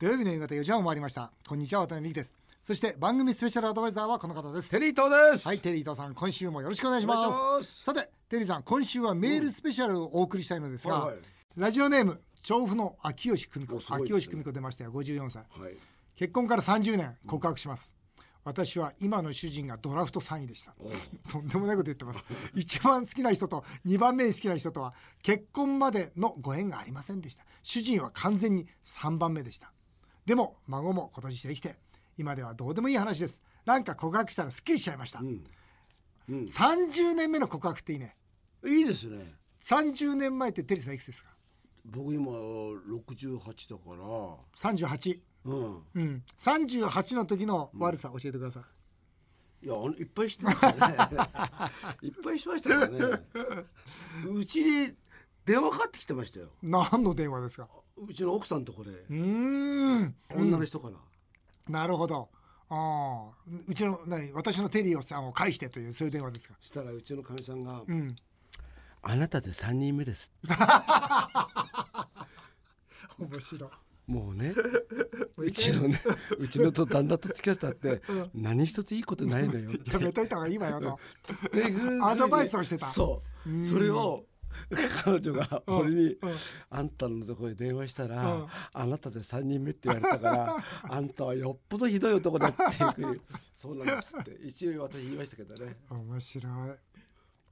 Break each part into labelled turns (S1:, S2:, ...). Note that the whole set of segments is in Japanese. S1: 土曜日の夕方4時半を回りましたこんにちは渡辺美希ですそして番組スペシャルアドバイザーはこの方です
S2: セリートです。
S1: はい、テリー伊藤さん、今週もよろしくお願いします。
S2: お願いします
S1: さて、テリーさん、今週はメールスペシャルをお送りしたいのですが、
S2: はいはい
S1: ラジオネーム、調布の秋吉久美子、
S2: おすごいです
S1: 秋
S2: ね
S1: 吉久美子出ましたよ、54歳。
S2: はい。
S1: 結婚から30年、告白します。私は今の主人がドラフト3位でした。 とんでもないこと言ってます。一番好きな人と二番目に好きな人とは結婚までのご縁がありませんでした。主人は完全に3番目でした。でも孫も今年できて、今ではどうでもいい話です。なんか告白したらすっきりしちゃいました。
S2: うん
S1: 30年目の告白っていいね。
S2: いいですね。
S1: 30年前ってテリーさんいくつですか
S2: 僕今六十八だから。
S1: ?38。
S2: うん。
S1: うん。38の時の悪さ教えてください。
S2: いやあのいっぱいしてま したね。いっぱいしましたからね。うちに電話かかってきてましたよ。
S1: 何の電話ですか
S2: うちの奥さんとこれ、
S1: うーん。
S2: 女の人かな。
S1: なるほど。ああ、うちの、何、私のテリーさんを返してという、そういう電話ですか。
S2: したらうちのかみさんが、
S1: うん。
S2: あなたで三人目です。
S1: 面白い。
S2: も うね、うちのね、うちのと旦那と付き合ったって、何一ついいことないのよって。
S1: やめといた方がいいわよと。
S2: でぐーぐー
S1: アドバイスをしてた
S2: そうそれを彼女が俺に
S1: うん
S2: 「あんたのところに電話したら、
S1: うん
S2: あなたで3人目」って言われた から「あんたはよっぽどひどい男だ」っていうふうにそうなんですって一応私言いましたけどね
S1: 面白い。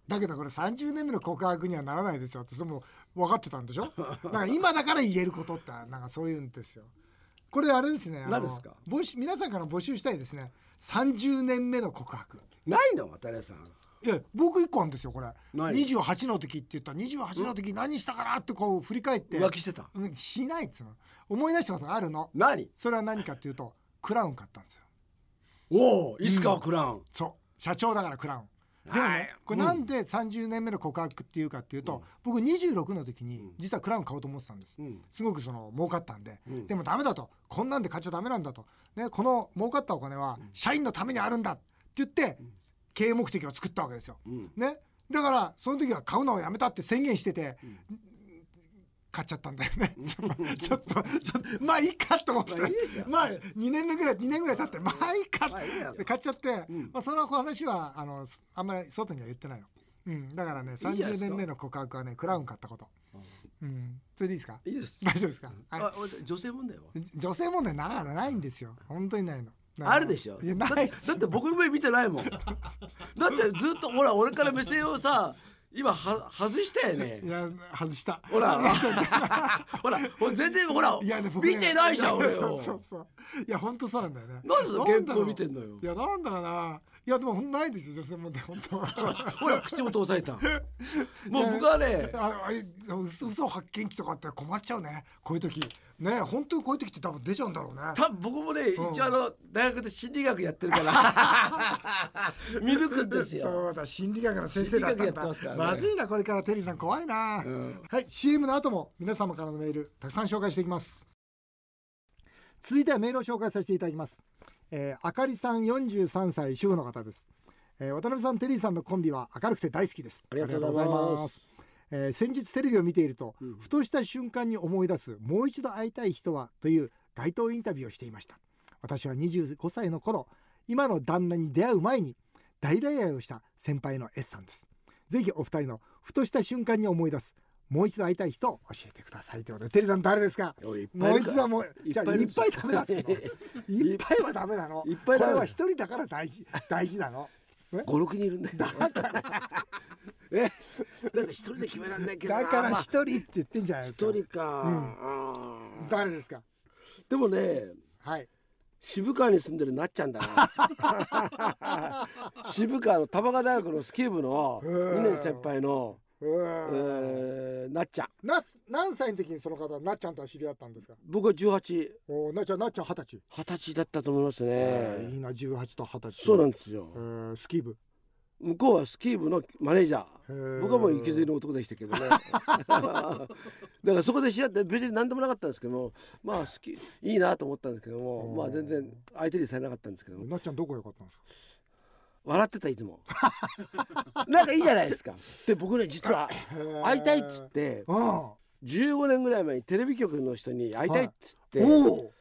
S1: だけどこれ30年目の告白にはならないですよってそれも分かってたんでしょなんか今だから言えることってなんかそういうんですよこれあれですねあの
S2: 何ですか
S1: 募集皆さんから募集したいですね30年目の告白
S2: ないの渡辺さん
S1: いや僕一個あるんですよこれ
S2: ない
S1: 28の時って言ったら28の時何したかなってこう振り返って
S2: 浮気してた
S1: うんしないっつうの思い出したことがあるの
S2: 何
S1: それは何かっていうとクラウン買ったんですよ
S2: おおいつかはクラウン、
S1: そう社長だからクラウンでも
S2: はい
S1: ねこれ
S2: うん
S1: なんで30年目の告白っていうかっていうと、僕26の時に実はクラウン買おうと思ってたんです、
S2: うん
S1: すごくその儲かったんで、
S2: うん
S1: でもダメだとこんなんで買っちゃダメなんだと、ね、この儲かったお金は社員のためにあるんだって言って経営目的を作ったわけですよ、
S2: うん
S1: ね、だからその時は買うのをやめたって宣言してて、買っちゃったんだよね ちょっとちょっとまあいいかと思って、
S2: まあいいですよ
S1: まあ2年目ぐらい2年ぐらい経ってまあいいか
S2: まあいいや
S1: で買っちゃって、
S2: ん
S1: まあ、その話はあのすあんまり外には言ってないの、うん、だからね
S2: じゃないですか
S1: 30年目の告白はねクラウン買ったこと、うん、それでいいですか
S2: いいです
S1: 大丈夫ですか、はい
S2: あ俺女性問題は
S1: じ女性問題なかないんですよ本当にないのないの
S2: あるでしょ
S1: いやない
S2: だってだって僕の目見てな いもんだってずっとほら俺から目線をさ今は外したよね
S1: いや外した
S2: ほら、ほら、ほら全然ほら、
S1: いやね僕ね
S2: 見てないじゃん、
S1: や
S2: 俺
S1: そ
S2: を
S1: う。そうそういや本当そうなんだよね
S2: なんでそ
S1: だ
S2: の
S1: ろう
S2: 原稿見てんのよ
S1: いやなんだかないやでもほんとないでしょ女性問題本当は
S2: ほら、口元押さえた。 もう僕はね、
S1: ああれ嘘嘘発見器とかって困っちゃうねこういう時ね本当にこういう時って多分出ちゃうんだろうね
S2: 多分僕もね、一応あの、大学で心理学やってる から。見抜くんですよ。
S1: そうだ心理学の先生だった
S2: 心理学や
S1: ん
S2: って
S1: だ
S2: ま
S1: ます
S2: からね
S1: ずいなこれからテリーさん怖いな、はい CM の後も皆様からのメールたくさん紹介していきます続いてはメールを紹介させていただきます、えーあかりさん43歳主婦の方です、えー渡辺さんテリーさんのコンビは明るくて大好きです
S2: ありがとうご
S1: あ
S2: ざいます
S1: りがとうごえー先日テレビを見ていると、ふとした瞬間に思い出すもう一度会いたい人はという街頭インタビューをしていました私は25歳の頃今の旦那に出会う前に大恋愛をした先輩の S さんですぜひお二人のふとした瞬間に思い出すもう一度会いたい人を教えてくださいということでテリーさん誰ですか
S2: いやいっぱいい
S1: もう
S2: るか
S1: 一
S2: ら
S1: 度もうじゃあい
S2: い
S1: っ
S2: っ
S1: ぱ
S2: ぱ
S1: い
S2: い
S1: ダメだってのいっぱいはダメなの
S2: いっぱ
S1: こ
S2: いダメだ
S1: れは一人だから大事大事なのね
S2: 五六人いるんだよ。 え、だって一人で決められないけどな。
S1: だから
S2: まあ
S1: 一人って言ってんじゃないですか
S2: 一人か。うん
S1: 誰ですか
S2: でもね、
S1: はい
S2: 渋川に住んでるなっちゃんだ な渋川の玉川大学のスキー部の
S1: ー
S2: 2年先輩の、
S1: うーん
S2: えーなっちゃん
S1: なす何歳の時にその方なっちゃんとは知り合ったんですか
S2: 僕は1820
S1: おーなっちゃんなっちゃん二十
S2: 歳だったと思いますね、
S1: 歳いいな十八と二十歳
S2: そうなんですよ、
S1: えースキー部
S2: 向こうはスキー部のマネージャ
S1: へ
S2: ー
S1: ー
S2: 僕はもう行きずりの男でした けどねだからそこで知り合って別に何でもなかったんですけどもまあスキーいいなと思ったんですけどもまあ全然相手にされなかったんですけども
S1: なっちゃんどこ良かったんですか
S2: 笑ってたいつも なんかいいじゃないですかで僕ね実 は
S1: ー
S2: 会いたいっつって
S1: うん
S2: 15年ぐらい前にテレビ局の人に会いたいっつって、
S1: おお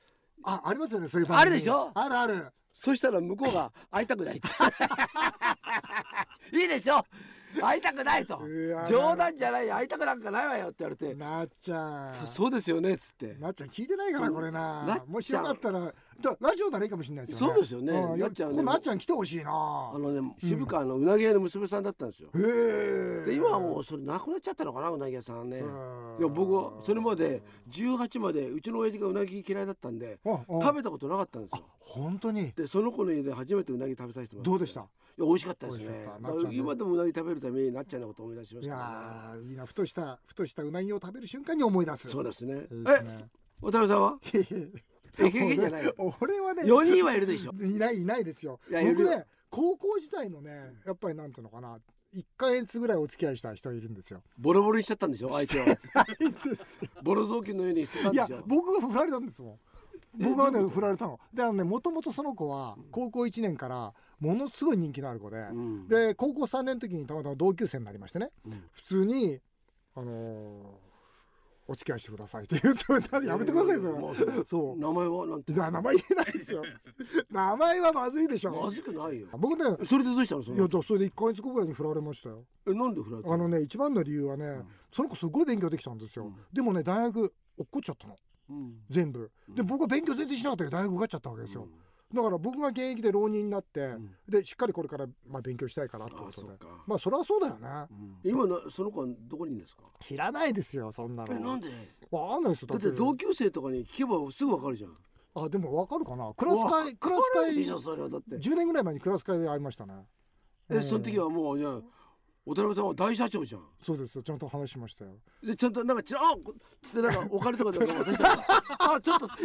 S1: あありますよねそういう
S2: あるでしょ
S1: あるある
S2: そしたら向こ うが会いたくないって いいでしょ会いたくないと
S1: うわ
S2: 冗談じゃないよ会いたくなんかないわよって言われて
S1: なっちゃん
S2: そそうですよねっつって
S1: なっちゃん聞いてないから
S2: そう
S1: これ
S2: な
S1: な
S2: っちゃん
S1: もしよかったらだラジオならいいかもしれないですよね
S2: そうですよね
S1: ん
S2: なっちゃんね
S1: ここなっちゃん来てほしいな
S2: あのね渋川のうなぎ屋の娘さんだったんですよ
S1: へえ
S2: で今はもうそれなくなっちゃったのかなうなぎ屋さんはね
S1: うん
S2: いや僕はそれまで18までうちの親父がうなぎ嫌いだったんで
S1: ああ
S2: 食べたことなかったんですよ
S1: 本当に
S2: でその子の家で初めてうなぎ食べさせてもらって
S1: どうでした
S2: いや美味しかったですね
S1: 美味しかった
S2: だ
S1: な
S2: か
S1: っちゃ
S2: ら
S1: んね
S2: 今でもうなぎ食べるためになっちゃんのこと思い出しま
S1: い
S2: した
S1: や
S2: ね
S1: ーいいなふとしたふとしたうなぎを食べる瞬間に思い出す
S2: そうですね
S1: いいです
S2: え
S1: ね
S2: 渡辺さんは えへへじゃない よ
S1: 俺はね
S2: 4人はいるでしょ
S1: いないいないですよ
S2: いやいるよ
S1: 僕ね高校時代のねやっぱりなんていうのかな1ヶ月ぐらいお付き合いした人いるんです よ。
S2: ボロボロにしちゃったんで しょ相手を
S1: いですよ
S2: ボロ雑巾のように捨てたん
S1: い
S2: で
S1: や
S2: しょ
S1: 僕が振られたんですもん僕はね振られたのであのねもともとその子は高校1年からものすごい人気のある子で、
S2: うん
S1: で高校3年の時にたまたま同級生になりましてね、
S2: うん
S1: 普通に「あのーお付き合いしてください」って言うそれやめてくださいよ、
S2: もう
S1: それそ
S2: 名前はなんて
S1: うな名前言えないですよ名前はまずいでし
S2: ま
S1: ょ
S2: ずくないよ
S1: 僕ね
S2: それでどうしたのそ
S1: いや
S2: の
S1: だからそれで1ヶ月後ぐらいに振られましたよ
S2: えなんで振られた
S1: あ
S2: の
S1: のね一番の理由はね、その子すごい勉強できたんですよ、
S2: うん
S1: でもね大学落っこっちゃったの
S2: うん
S1: 全部で
S2: うん
S1: 僕は勉強全然しなかったけど大学受かっちゃったわけですよ、だから僕が現役で浪人になって、
S2: ん
S1: でしっかりこれからまあ勉強したいからってこ
S2: あ
S1: と
S2: そ
S1: で
S2: うか
S1: まあそれはそうだよね、
S2: うん今のその子はどこにいるんですか
S1: 知らないですよそんな
S2: えな
S1: の
S2: んで
S1: わかんないですよ
S2: だって同級生とかに聞けばすぐわかるじゃん
S1: あでもわかるかなクラス会クラス
S2: わかるでし
S1: 会
S2: ょそれはだって
S1: 10年ぐらい前にクラス会で会いましたね
S2: えその時はもういや渡辺さんは大社長じゃん
S1: そうですよちゃんと話しましたよ
S2: でちゃんとなんかちらあこつってなんかお金とかで渡 したらあちょっとつって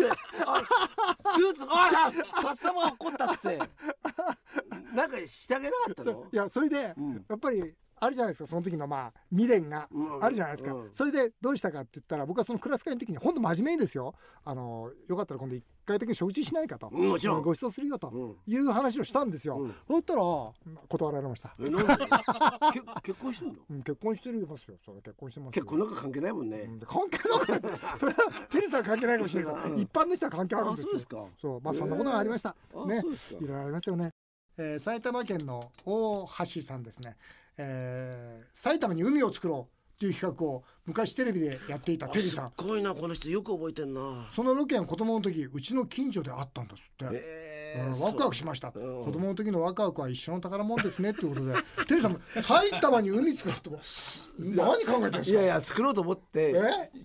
S2: あススーツああさっさまが怒ったっつってなんかしてあげなかったの
S1: そいやそれで、
S2: うん
S1: やっぱりあるじゃないですかその時のまあ未練が
S2: うん
S1: あるじゃないですか、
S2: うん
S1: それでどうしたかって言ったら僕はそのクラス会の時に本当真面目にですよあのよかったら今度一回だけ食事しないかと、
S2: うんもちろん
S1: ご馳走するよと
S2: うん
S1: いう話をしたんですよ、
S2: うん
S1: そしたら断られました、
S2: えなんで け結婚してんの
S1: うん、結婚してますよそれ結婚してますよ
S2: 結婚なんか関係ないもんね、
S1: うん関係なくないそれはペリさんは関係ないかもしれないけど
S2: うん
S1: 一般の人は関係あるん
S2: あ
S1: です
S2: そ
S1: よ
S2: うですか
S1: そうまあそんなことがありました、
S2: あ、
S1: ね
S2: そうですか
S1: いろいろありますよね、えー埼玉県の大橋さんですね、えー埼玉に海を作ろうという企画を昔テレビでやっていたテリーさん
S2: すっごいなこの人よく覚えてんな
S1: そのロケが子供の時うちの近所であったんですって、
S2: え
S1: うん
S2: ー、
S1: ワクワクしました、
S2: うん
S1: 子供の時のワクワクは一緒の宝物ですねっていうことで テリーさんも埼玉に海作ろうと何考えてるんです
S2: い
S1: か
S2: やいや作ろうと思って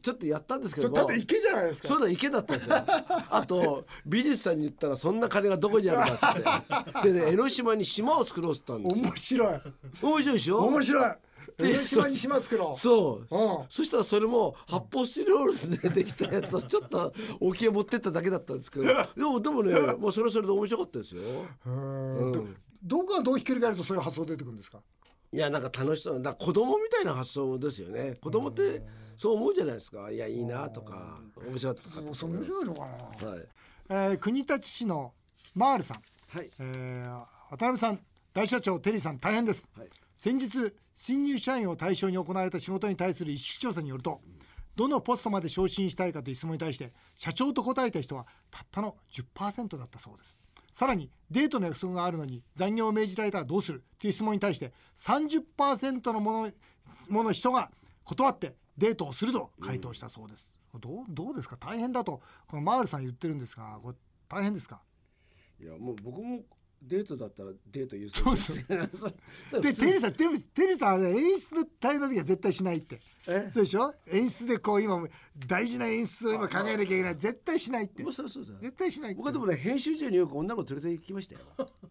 S2: ちょっとやったんですけ
S1: そ
S2: ど
S1: れ
S2: も
S1: だって池じゃないです
S2: そ
S1: か
S2: うだ池だったんで すよあと美術さんに言ったらそんな金がどこにあるかってでね江ノ島に島を作ろうって言ったんです
S1: 面白い
S2: 面白いでしょ
S1: 面白い江ノ島に島作ろう
S2: そう、
S1: うん
S2: そしたらそれも発泡スチロールでできたやつをちょっと沖へ持ってっただけだったんですけどでもでもねもうそれはそれで面白かったですよ
S1: うんどどこがどうひっくり返るとそういう発想出てくるんですか
S2: いやなんか楽しそうなんか子供みたいな発想ですよね子供ってそう思うじゃないですかいやいいなとか面白かったと
S1: もう
S2: か
S1: それ面白いのか
S2: はい、
S1: な、えー国立市のマールさん、
S2: はい
S1: えー、渡辺さん大社長テリーさん大変です、
S2: はい
S1: 先日新入社員を対象に行われた仕事に対する意識調査によるとどのポストまで昇進したいかという質問に対して社長と答えた人はたったの10%だったそうですさらにデートの約束があるのに残業を命じられたらどうするという質問に対して30%のものもの人が断ってデートをすると回答したそうです、どうどうですか大変だとこのマールさん言ってるんですがこれ大変ですか
S2: いやもう僕もデートだったらデート優先
S1: そうそう
S2: そう
S1: でテリーさんテリーテリーさんはね演出の大変な時は絶対しないって
S2: え
S1: そうでしょ演出でこう今大事な演出を今考えなきゃいけない絶対しないって
S2: もうそりゃそうだ
S1: 絶対しないって
S2: 僕はでもね編集長によく女の子連れて行きましたよ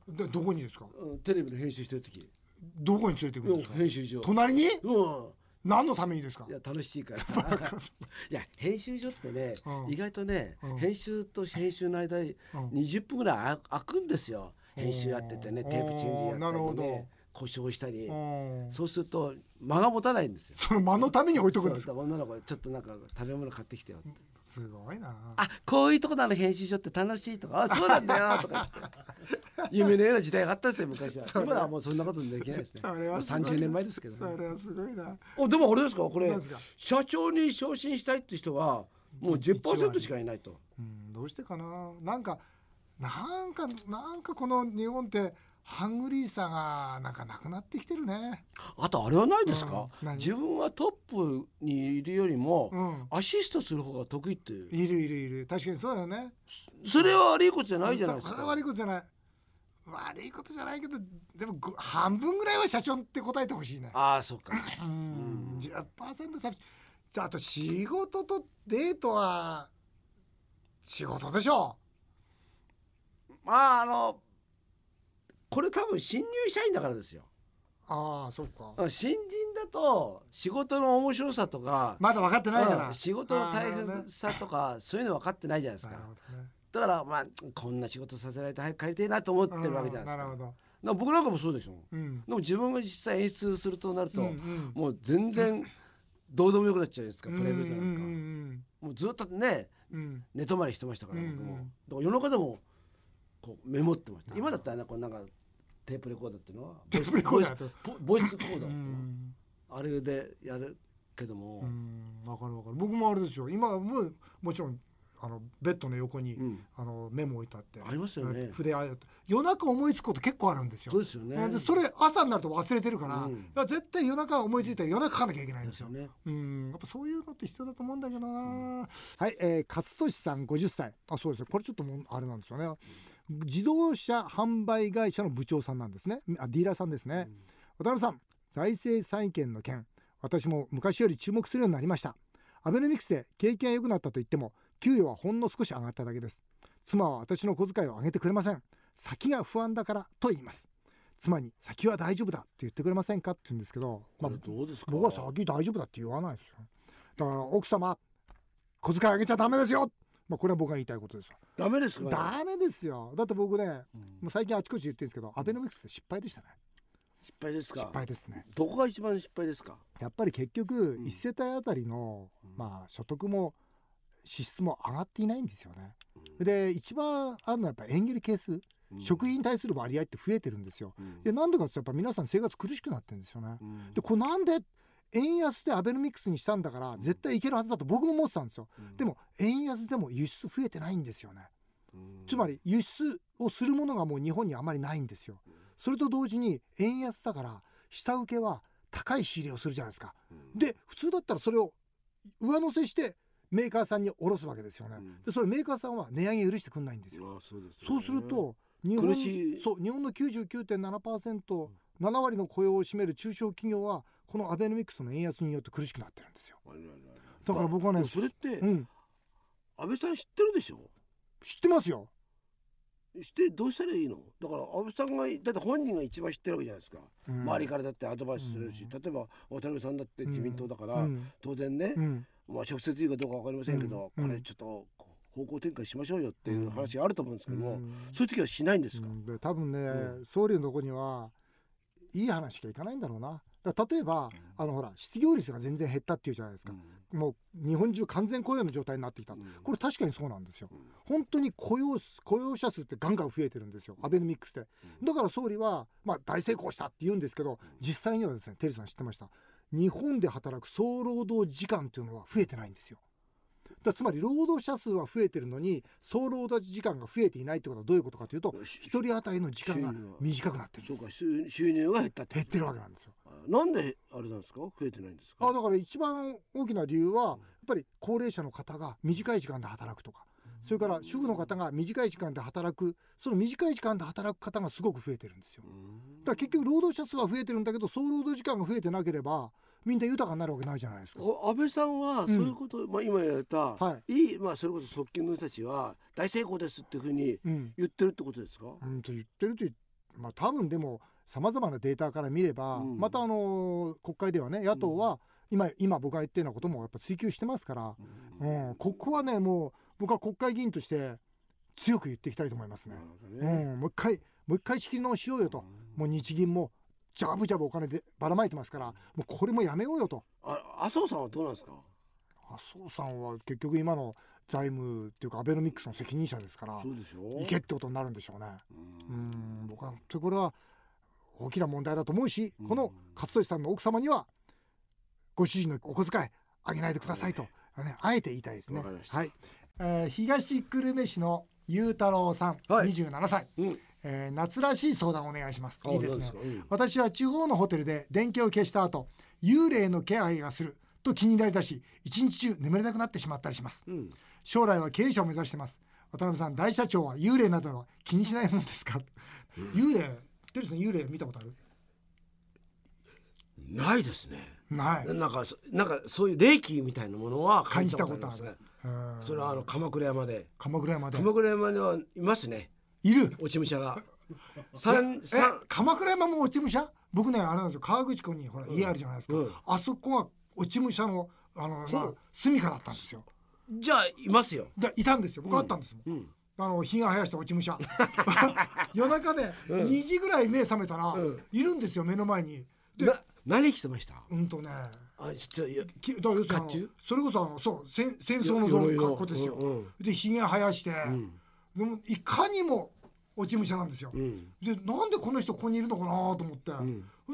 S1: どどこにですか
S2: うんテレビの編集してる時
S1: どこに連れて行くんですか
S2: 編集長
S1: 隣に
S2: うん
S1: 何のためにですか
S2: いや楽しいから いや編集所ってね、
S1: うん
S2: 意外とね、
S1: ん
S2: 編集と編集の間に20分ぐらいあ空くんですよ編集やっててね
S1: おー
S2: テープチェンジやった
S1: なる
S2: り
S1: ほ
S2: も
S1: ど
S2: ね故障したり
S1: うん
S2: そうすると間が持たないんですよ
S1: その間のために置いとくんですか
S2: そう女の子ちょっとなんか食べ物買ってきてよって
S1: すごいな
S2: あこういうとこなの編集所って楽しいとかあそうなんだよとか言って 夢のような時代があったんですよ昔は今はもうそんなことできないですね
S1: それ
S2: もう
S1: はすごい
S2: 30年前ですけど、
S1: そ
S2: ね、
S1: れはすごいな
S2: おでもあれですかこれ
S1: なんですか
S2: 社長に昇進したいって人はもう10%しかいないと
S1: うん、どうしてかななんかなんかなんかこの日本ってハングリーさがなんかなくなってきてるね。
S2: あとあれはないですか
S1: うん何
S2: 自分はトップにいるよりも
S1: うん、
S2: アシストする方が得意っていう
S1: いるいるいる確かにそうだよね。
S2: それは悪いことじゃないじゃないです
S1: そそれ
S2: か
S1: は悪いことじゃない悪いことじゃないけどでもご半分ぐらいは社長って答えてほしいね。
S2: ああそうか
S1: うん10%寂しいじゃああと仕事とデートは仕事でしょ
S2: まああのこれ多分新入社員だからですよ
S1: ああそうか
S2: 新人だと仕事の面白さとか、
S1: まだ分かってないから、
S2: うん仕事の大
S1: あーなるほ
S2: 変さとかそういうの分かってないじゃないです
S1: どね
S2: か
S1: なるほどね
S2: だからまあこんな仕事させられて早く帰りたいなと思ってるわけじゃないですか
S1: うんるほ
S2: だか
S1: ど。
S2: ら僕なんかもそうでしょ
S1: うん。
S2: でも自分が実際演出するとなると、
S1: うんうん
S2: もう全然どうでもよくなっちゃうじゃないですか、プライベートなんか、
S1: うん
S2: もうずっとね
S1: うんうん
S2: 寝泊まりしてましたから僕も、
S1: うんうん
S2: だから夜中でもこうメモってました
S1: なるほど
S2: 今だったらなんかなんかテープレコーダーっていうのは
S1: テープレコーダーと
S2: ボイスボイスボイスコーダーっていううの、
S1: ん
S2: あれでやるけども、
S1: うんわかるわかる僕もあれですよ今もうもちろんあのベッドの横に、
S2: うん
S1: あのメモ置いてあって
S2: ありますよね
S1: 筆あ夜中思いつくこと結構あるんですよ
S2: そうですよね
S1: でそれ朝になると忘れてるから,、
S2: うん
S1: 絶対夜中思いついたら夜中書かなきゃいけないん
S2: で
S1: ですすよ
S2: よね
S1: うんやっぱそういうのって必要だと思うんだけどな、はい、えー、勝利さん50歳あそうですねこれちょっともうあれなんですよね自動車販売会社の部長さんなんですねあディーラーさんですね、渡辺さん財政再建の件私も昔より注目するようになりましたアベノミクスで経験が良くなったといっても給与はほんの少し上がっただけです妻は私の小遣いを上げてくれません先が不安だからと言います妻に先は大丈夫だって言ってくれませんかって言うんですけど、
S2: ま
S1: ま
S2: あ
S1: あ、
S2: どうですか
S1: 僕は先大丈夫だって言わないですよだから奥様小遣いあげちゃダメですよまあこれは僕が言いたいことですよ、
S2: ダメですかね
S1: ダメですよだって僕ね
S2: うん
S1: もう最近あちこち言ってるんですけどアベノミクスって失敗でしたね
S2: 失敗ですか
S1: 失敗ですね
S2: どこが一番失敗ですか
S1: やっぱり結局
S2: うん
S1: 1世帯あたりの、
S2: うん
S1: まあ所得も支出も上がっていないんですよねで一番あるのはやっぱエンゲル係数、食費に対する割合って増えてるんですよ
S2: うん
S1: でなんでかっていうとやっぱ皆さん生活苦しくなってるんですよね、
S2: うん
S1: でこれなんで円安でアベノミクスにしたんだから絶対いけるはずだと僕も思ってたんですよ
S2: うん
S1: でも円安でも輸出増えてないんですよね
S2: うん
S1: つまり輸出をするものがもう日本にあまりないんですよそれと同時に円安だから下請けは高い仕入れをするじゃないですか
S2: うん
S1: で普通だったらそれを上乗せしてメーカーさんに卸すわけですよね
S2: うん
S1: でそれメーカーさんは値上げ許してくんないんですよ
S2: ああそうですよ
S1: そう
S2: ね
S1: すると日本
S2: 苦しい
S1: そう日本の 99.7%7 割の雇用を占める中小企業はこのアベノミクスの円安によって苦しくなってるんですよ
S2: あれあれあれ
S1: だから僕はね
S2: でもそれって
S1: うん、
S2: 安倍さん知ってるでしょ
S1: 知ってますよ
S2: してどうしたらいいのだから安倍さんがだって本人が一番知ってるわけじゃないですか、
S1: うん
S2: 周りからだってアドバイスするし、
S1: うん
S2: 例えば渡辺さんだって自民党だから、
S1: うん
S2: 当然ね、
S1: うん
S2: まあ、直接いいかどうか分かりませんけど、
S1: うん
S2: これちょっとこう方向転換しましょうよっていう話があると思うんですけど
S1: う
S2: も、
S1: ん
S2: そういう時はしないんですか、
S1: うんで多分ね、
S2: う
S1: 総理のとこにはいい話しかいかないんだろうなだから例えば、あのほら失業率が全然減ったっていうじゃないですか、もう日本中完全雇用の状態になってきた、
S2: うん
S1: これ確かにそうなんですよ、
S2: ん
S1: 本当に雇用数雇用者数ってガンガン増えてるんですよアベノミックスで、
S2: う
S1: だから総理は、まあ、大成功したって言うんですけど実際にはですねテリーさん知ってました日本で働く総労働時間っていうのは増えてないんですよだからつまり労働者数は増えてるのに総労働時間が増えていないってことはどういうことかというと
S2: し
S1: 一人当たりの時間が短くなってるん
S2: そ
S1: で
S2: う
S1: す
S2: か収収入が減ったって
S1: 減ってるわけなんですよ
S2: なんであれなんですか増えてないんですか
S1: あだから一番大きな理由はやっぱり高齢者の方が短い時間で働くとかそれから主婦の方が短い時間で働くその短い時間で働く方がすごく増えてるんですよ
S2: う
S1: だか
S2: ん
S1: ら結局労働者数は増えてるんだけど総労働時間が増えてなければみんな豊かになるわけないじゃないですか。
S2: お安倍さんはそういうこと、まあ、今言われた、、
S1: はい
S2: いまあそれこそ側近の人たちは大成功ですっていうふうに
S1: うん、
S2: 言ってるってことですか、
S1: うんと言ってると言っまあ多分でもさまざまなデータから見れば、
S2: うん
S1: またあの国会ではね野党は今今僕が言ってるようなこともやっぱ追及してますから、うん、ここはねもう僕は国会議員として強く言っていきたいと思いますね
S2: な。るほど
S1: う
S2: ね、
S1: ん、もう一回もう一回仕切り直しようよと、もう日銀もジャブジャブお金でばらまいてますからもうこれもやめようよと
S2: あ麻生さんはどうなんですか
S1: 麻生さんは結局今の財務っていうかアベノミックスの責任者ですから
S2: そうですよ
S1: いけってことになるんでしょうね。
S2: うん
S1: うん僕は本当にこれは大きな問題だと思うし、この勝利さんの奥様にはご主人のお小遣いあげないでくださいと、ねあえて言いたいですね
S2: わかりました
S1: はい、えー東久留米市のゆうたろうさん、
S2: はい
S1: 27歳、
S2: うん
S1: えー夏らしい相談お願いしますいいですね
S2: あそうですかうん
S1: 私は地方のホテルで電気を消した後幽霊の気配がすると気になりだし一日中眠れなくなってしまったりします、
S2: ん
S1: 将来は経営者を目指してます渡辺さん大社長は幽霊などは気にしないものですか、幽霊テリーさん幽霊見たことある
S2: ないですね
S1: ない
S2: なんかそなんかそういう霊気みたいなものは
S1: 感じたことあ
S2: ります
S1: る
S2: ね
S1: うん
S2: それはあの鎌倉山で
S1: 鎌倉山で
S2: 鎌倉山にはいますね
S1: いる
S2: 落ち武者が三
S1: え
S2: 三
S1: 鎌倉山も落ち武者僕ねあれなんですよ河口湖にほら、家あるじゃないですか、
S2: うん
S1: あそこが落ち武者のあの、まあ、住処だったんですよ
S2: じゃあいますよ
S1: でいたんですよ僕あったんですもん、
S2: うん
S1: あの火が生やした落ち武 者 夜中で2時ぐらい目覚めたら、
S2: ん
S1: いるんですよ目の前にで
S2: な何着てました
S1: うんとね
S2: あちょっといや
S1: きだから要するにあの
S2: 甲冑
S1: それこそあのそう戦戦争の
S2: よ鎧の
S1: 格好ですよ、
S2: うんうん
S1: でひげ生やして、
S2: ん
S1: でもいかにも落ち武者なんですよ、
S2: ん
S1: でなんでこの人ここにいるのかなと思って、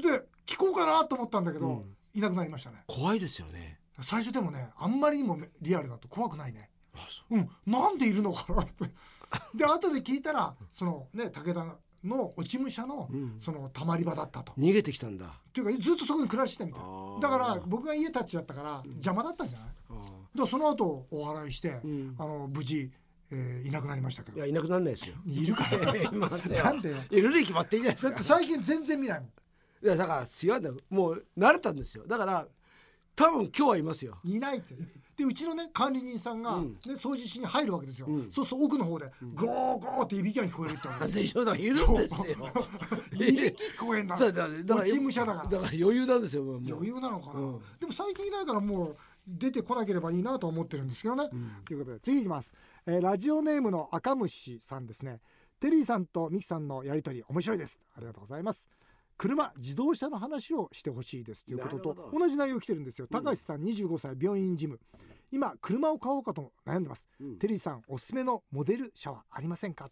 S1: で聞こうかなと思ったんだけど、いなくなりましたね
S2: 怖いですよね
S1: 最初でもねあんまりにもリアルだと怖くないね
S2: あそ
S1: うんなんでいるのかなってで後で聞いたらそのね武田の落ち武者の、そのたまり場だったと
S2: う逃げてきたんだ
S1: っていうかずっとそこに暮らしてたみたい
S2: あー
S1: だから僕が家たちだったから邪魔だったんじゃない、
S2: あー
S1: でその後お祓いして、
S2: ん
S1: あの無事、えーいなくなりましたけ
S2: い
S1: ど
S2: やいなくなんないですよ
S1: いるかな
S2: いますよ
S1: なんでよ
S2: いるに決まっていいじゃないです
S1: だっ
S2: か
S1: て最近全然見ないもん
S2: いやだから違うんだよもう慣れたんですよだから多分今日はいますよ
S1: いないってでうちのね管理人さんが、ね掃除しに入るわけですよ、そうすると奥の方でゴーゴーっていびきが聞こえるってわけで す
S2: でしょだからいるんですよ
S1: いびき聞こえんだ
S2: そうだだから
S1: 落ち武者だから
S2: だから余裕なんですよもう
S1: 余裕なのかな、でも最近いないからもう出てこなければいいなとは思ってるんですけどね、ということで次いきます、えーラジオネームの赤虫さんですねテリーさんとミキさんのやりとり面白いですありがとうございます車自動車の話をしてほしいですということ
S2: なる
S1: と
S2: ほ
S1: 同じ内容来てるんですよ高橋さん25歳病院事務今車を買おうかと悩んでます、
S2: うん
S1: テリーさんおすすめのモデル車はありませんか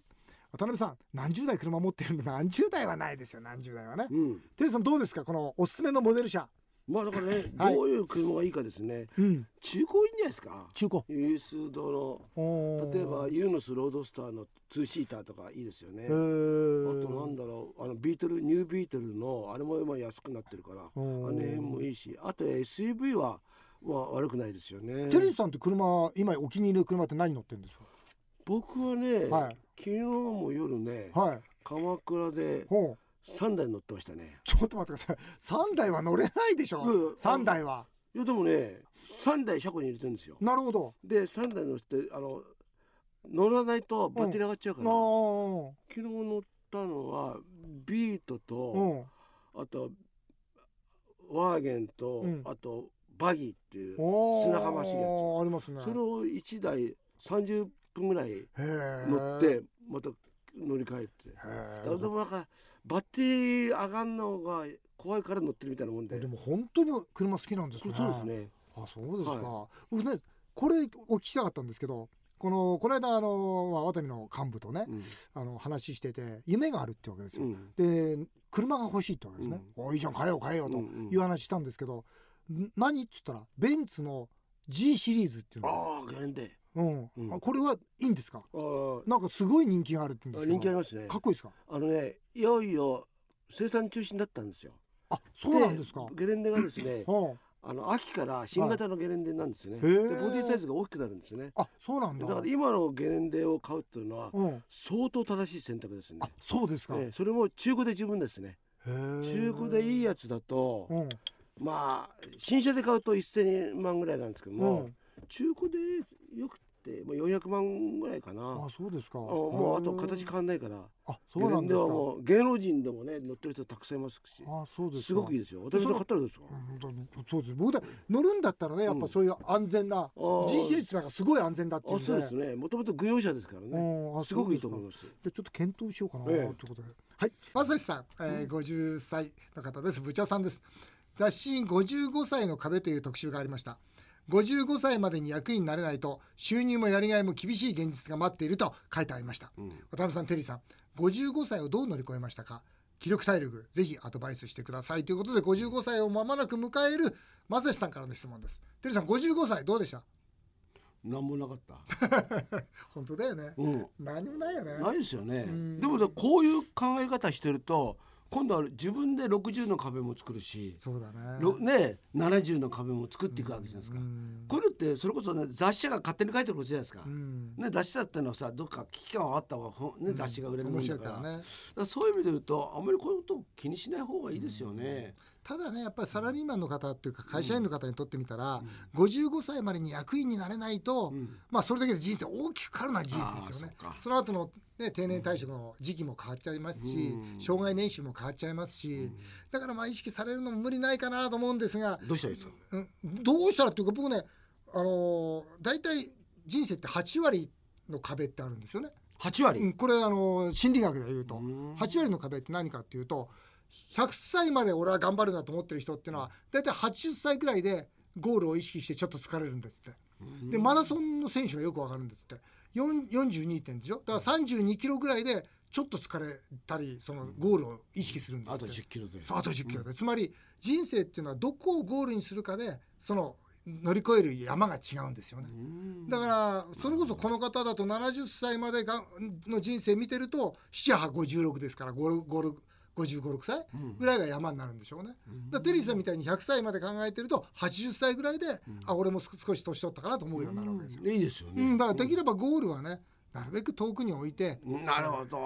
S1: 渡辺さん何十台車持ってるんで何十台はないですよ何十台はね、
S2: うん
S1: テリーさんどうですかこのおすすめのモデル車
S2: まあだからね、
S1: はい
S2: どういう車がいいかですね
S1: うん
S2: 中古いいんじゃないですか
S1: 中古
S2: ユースドの例えばユーノスロードスターのツーシーターとかいいですよね
S1: え
S2: あとなんだろうあのビートルニュービートルのあれも今安くなってるからあ
S1: おー
S2: の辺もいいしあと SUV はまあ悪くないですよね
S1: テリーさんって車今お気に入りの車って何乗ってるんです
S2: 僕はね、
S1: はい
S2: 昨日も夜ね
S1: かはい
S2: 鎌倉で
S1: ほう
S2: 3台乗ってましたね
S1: ちょっと待ってください3台は 乗れないでし
S2: いやいや
S1: ょ3台はい
S2: やでもね3台車庫に入れてるんですよ
S1: なるほど
S2: で3台乗ってあの乗らないとバッテリー上がっちゃう
S1: あ
S2: から、
S1: ー
S2: 昨日乗ったのはビート
S1: う
S2: と、
S1: ん
S2: あとワーゲンと、
S1: うん
S2: あとバギーっていう
S1: おー
S2: 砂浜走るや
S1: ありますね
S2: つそれを1台30分ぐらい
S1: へー
S2: 乗ってまた乗り換えて
S1: へ
S2: あ
S1: ー
S2: でもなんかバッテリー上がんのが怖いから乗ってるみたいなもんで
S1: でも本当に車好きなんです
S2: そう
S1: ね
S2: ですね
S1: あそうですか、
S2: は
S1: 僕ねこれお聞きしたかったんですけどこのこの間あのまあワタミの幹部とね、
S2: うん
S1: あの話してて夢があるってわけですよ、
S2: うん
S1: で車が欲しいってわけですね、おいいじゃん買えよう買えようと
S2: うんうん
S1: いう話したんですけど、ん何っつったらベンツの G シリーズっていうの
S2: ああゲンで
S1: うん
S2: うん
S1: あこれはいいんですか
S2: あー
S1: なんかすごい人気があるって言うんですけど
S2: 人気ありますね
S1: かっこいいですか
S2: あのねいよいよ生産中止になったんですよ
S1: あそうなんですか、は
S2: ゲレンデがですね
S1: あ、
S2: あの秋から新型のゲレンデなんですね、
S1: はいへ
S2: で
S1: ー
S2: ボディサイズが大きくなるんですね
S1: あそうなんだ
S2: だから今のゲレンデを買うっていうのは
S1: うん、
S2: 相当正しい選択ですね
S1: あそうですか、
S2: ええそれも中古で十分ですね中
S1: 中
S2: 古でいいやつだと
S1: うん
S2: まあ新車で買うと1000万ぐらいなんですけども、
S1: うん
S2: 中古でよくてもう400万ぐらいかなあ
S1: あそうですか
S2: もうあと
S1: へー
S2: 形変わんないから
S1: あそ
S2: ゲ
S1: う
S2: レ
S1: な
S2: ン
S1: ん
S2: デ
S1: です
S2: は
S1: か
S2: もう芸能人でもね乗ってる人たくさんいますし
S1: あそうですか
S2: すごくいいですよ私の買ったらどうですか
S1: うんそうです僕だ乗るんだったらねやっぱそういう安全な、
S2: ー
S1: G シリーズなんかすごい安全だっていう
S2: あ
S1: ん
S2: そうですねもともと軍用車ですから
S1: うんあ
S2: ねすごくいいと思います
S1: じゃあちょっと検討しようかなと
S2: ええ
S1: いうことで、はい正志さん、えー、50歳の方です部長さんです雑誌に55歳の壁という特集がありました55歳までに役員になれないと収入もやりがいも厳しい現実が待っていると書いてありました、渡辺さんテリーさん55歳をどう乗り越えましたか気力体力ぜひアドバイスしてくださいということで55歳をまもなく迎える正志さんからの質問ですテリーさん55歳どうでした
S2: 何もなかった。
S1: 本当だよね
S2: うん。
S1: 何もないよね
S2: ないですよね
S1: ん。
S2: でもねこういう考え方してると今度は自分で60の壁も作るし、
S1: そうだね
S2: ろね70の壁も作っていくわけじゃないですか。
S1: うん
S2: こういうのってそれこそね雑誌社が勝手に書いてることじゃないですか。
S1: うん
S2: ね、雑誌社ってのはさどっか危機感はあったわ、ほんね、雑誌が売れるも
S1: 面
S2: ん
S1: 白
S2: だ
S1: い
S2: か,、
S1: かららね
S2: だからそういう意味で言うとあんまりこういうことを気にしない方がいいですよね。
S1: ただねやっぱりサラリーマンの方っていうか会社員の方にとってみたら、55歳までに役員になれないと、
S2: ん
S1: まあそれだけで人生大きく変わるのは事実ですよね
S2: あーそっか
S1: その後のね定年退職の時期も変わっちゃいますし、
S2: うん
S1: 障害年収も変わっちゃいますし、だからまあ意識されるのも無理ないかなと思うんですが、
S2: どうしたらいいですか
S1: うんどうしたらっていうか僕ねあのー大体人生って8割の壁ってあるんですよね。
S2: 8割、
S1: うん、これあの心理学で言うと
S2: うん
S1: 8割の壁って何かっていうと100歳まで俺は頑張るなと思ってる人っていうのは大体80歳くらいでゴールを意識してちょっと疲れるんですってでマラソンの選手がよくわかるんですって4 42点でしょだから32キロぐらいでちょっと疲れたりそのゴールを意識するんです
S2: あ
S1: って
S2: と10キロで
S1: そうあと10キロで、つまり人生っていうのはどこをゴールにするかでその乗り越える山が違うんですよね。
S2: うん
S1: だからそれこそこの方だと70歳までがの人生見てると7856ですから55 6歳ぐらいが山になるんでしょうね。だからテリーさんみたいに100歳まで考えてると80歳ぐらいで、あ俺も少し年取ったかなと思うようになるわけですよ。
S2: いいですよ
S1: う
S2: ね。
S1: ん、だからできればゴールはねなるべく遠くに置いて、
S2: なるほど。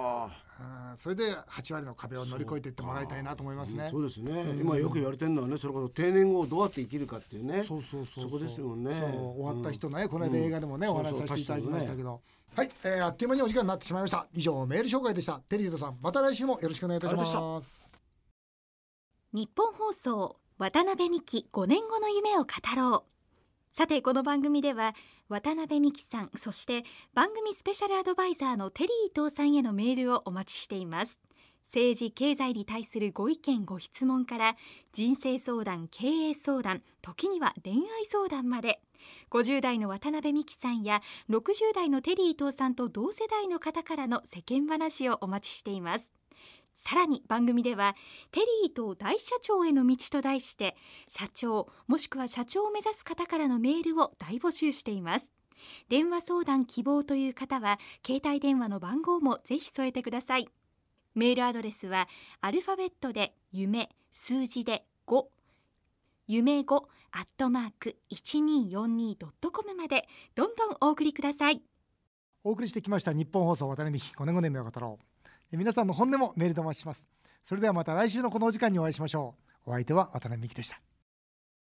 S1: あーそれで8割の壁を乗り越えていってもらいたいなと思いますね。
S2: そうですね、今よく言われてるのはねそれこそ定年後をどうやって生きるかっていうね
S1: そうそうそうう
S2: こですもんね
S1: そう終わった人ね、この間映画でもね、
S2: うん
S1: お話しさせていただきましたけど、はい、えーあっという間にお時間になってしまいました以上メール紹介でしたテリーとさんまた来週もよろしくお願いいたし
S2: ありがとう
S1: ます
S3: 日本放送渡辺美希5年後の夢を語ろうさてこの番組では渡辺美希さんそして番組スペシャルアドバイザーのテリー伊藤さんへのメールをお待ちしています政治経済に対するご意見ご質問から人生相談経営相談時には恋愛相談まで50代の渡辺美希さんや60代のテリー伊藤さんと同世代の方からの世間話をお待ちしていますさらに番組ではテリーと大社長への道と題して社長もしくは社長を目指す方からのメールを大募集しています電話相談希望という方は携帯電話の番号もぜひ添えてくださいメールアドレスはアルファベットで夢数字で5夢5アットマーク 1242.com までどんどんお送りください
S1: お送りしてきました日本放送渡辺美希5年5年目を語ろうえ皆さんの本音もメールでお待ちしますそれではまた来週のこのお時間にお会いしましょうお相手は渡辺美希でした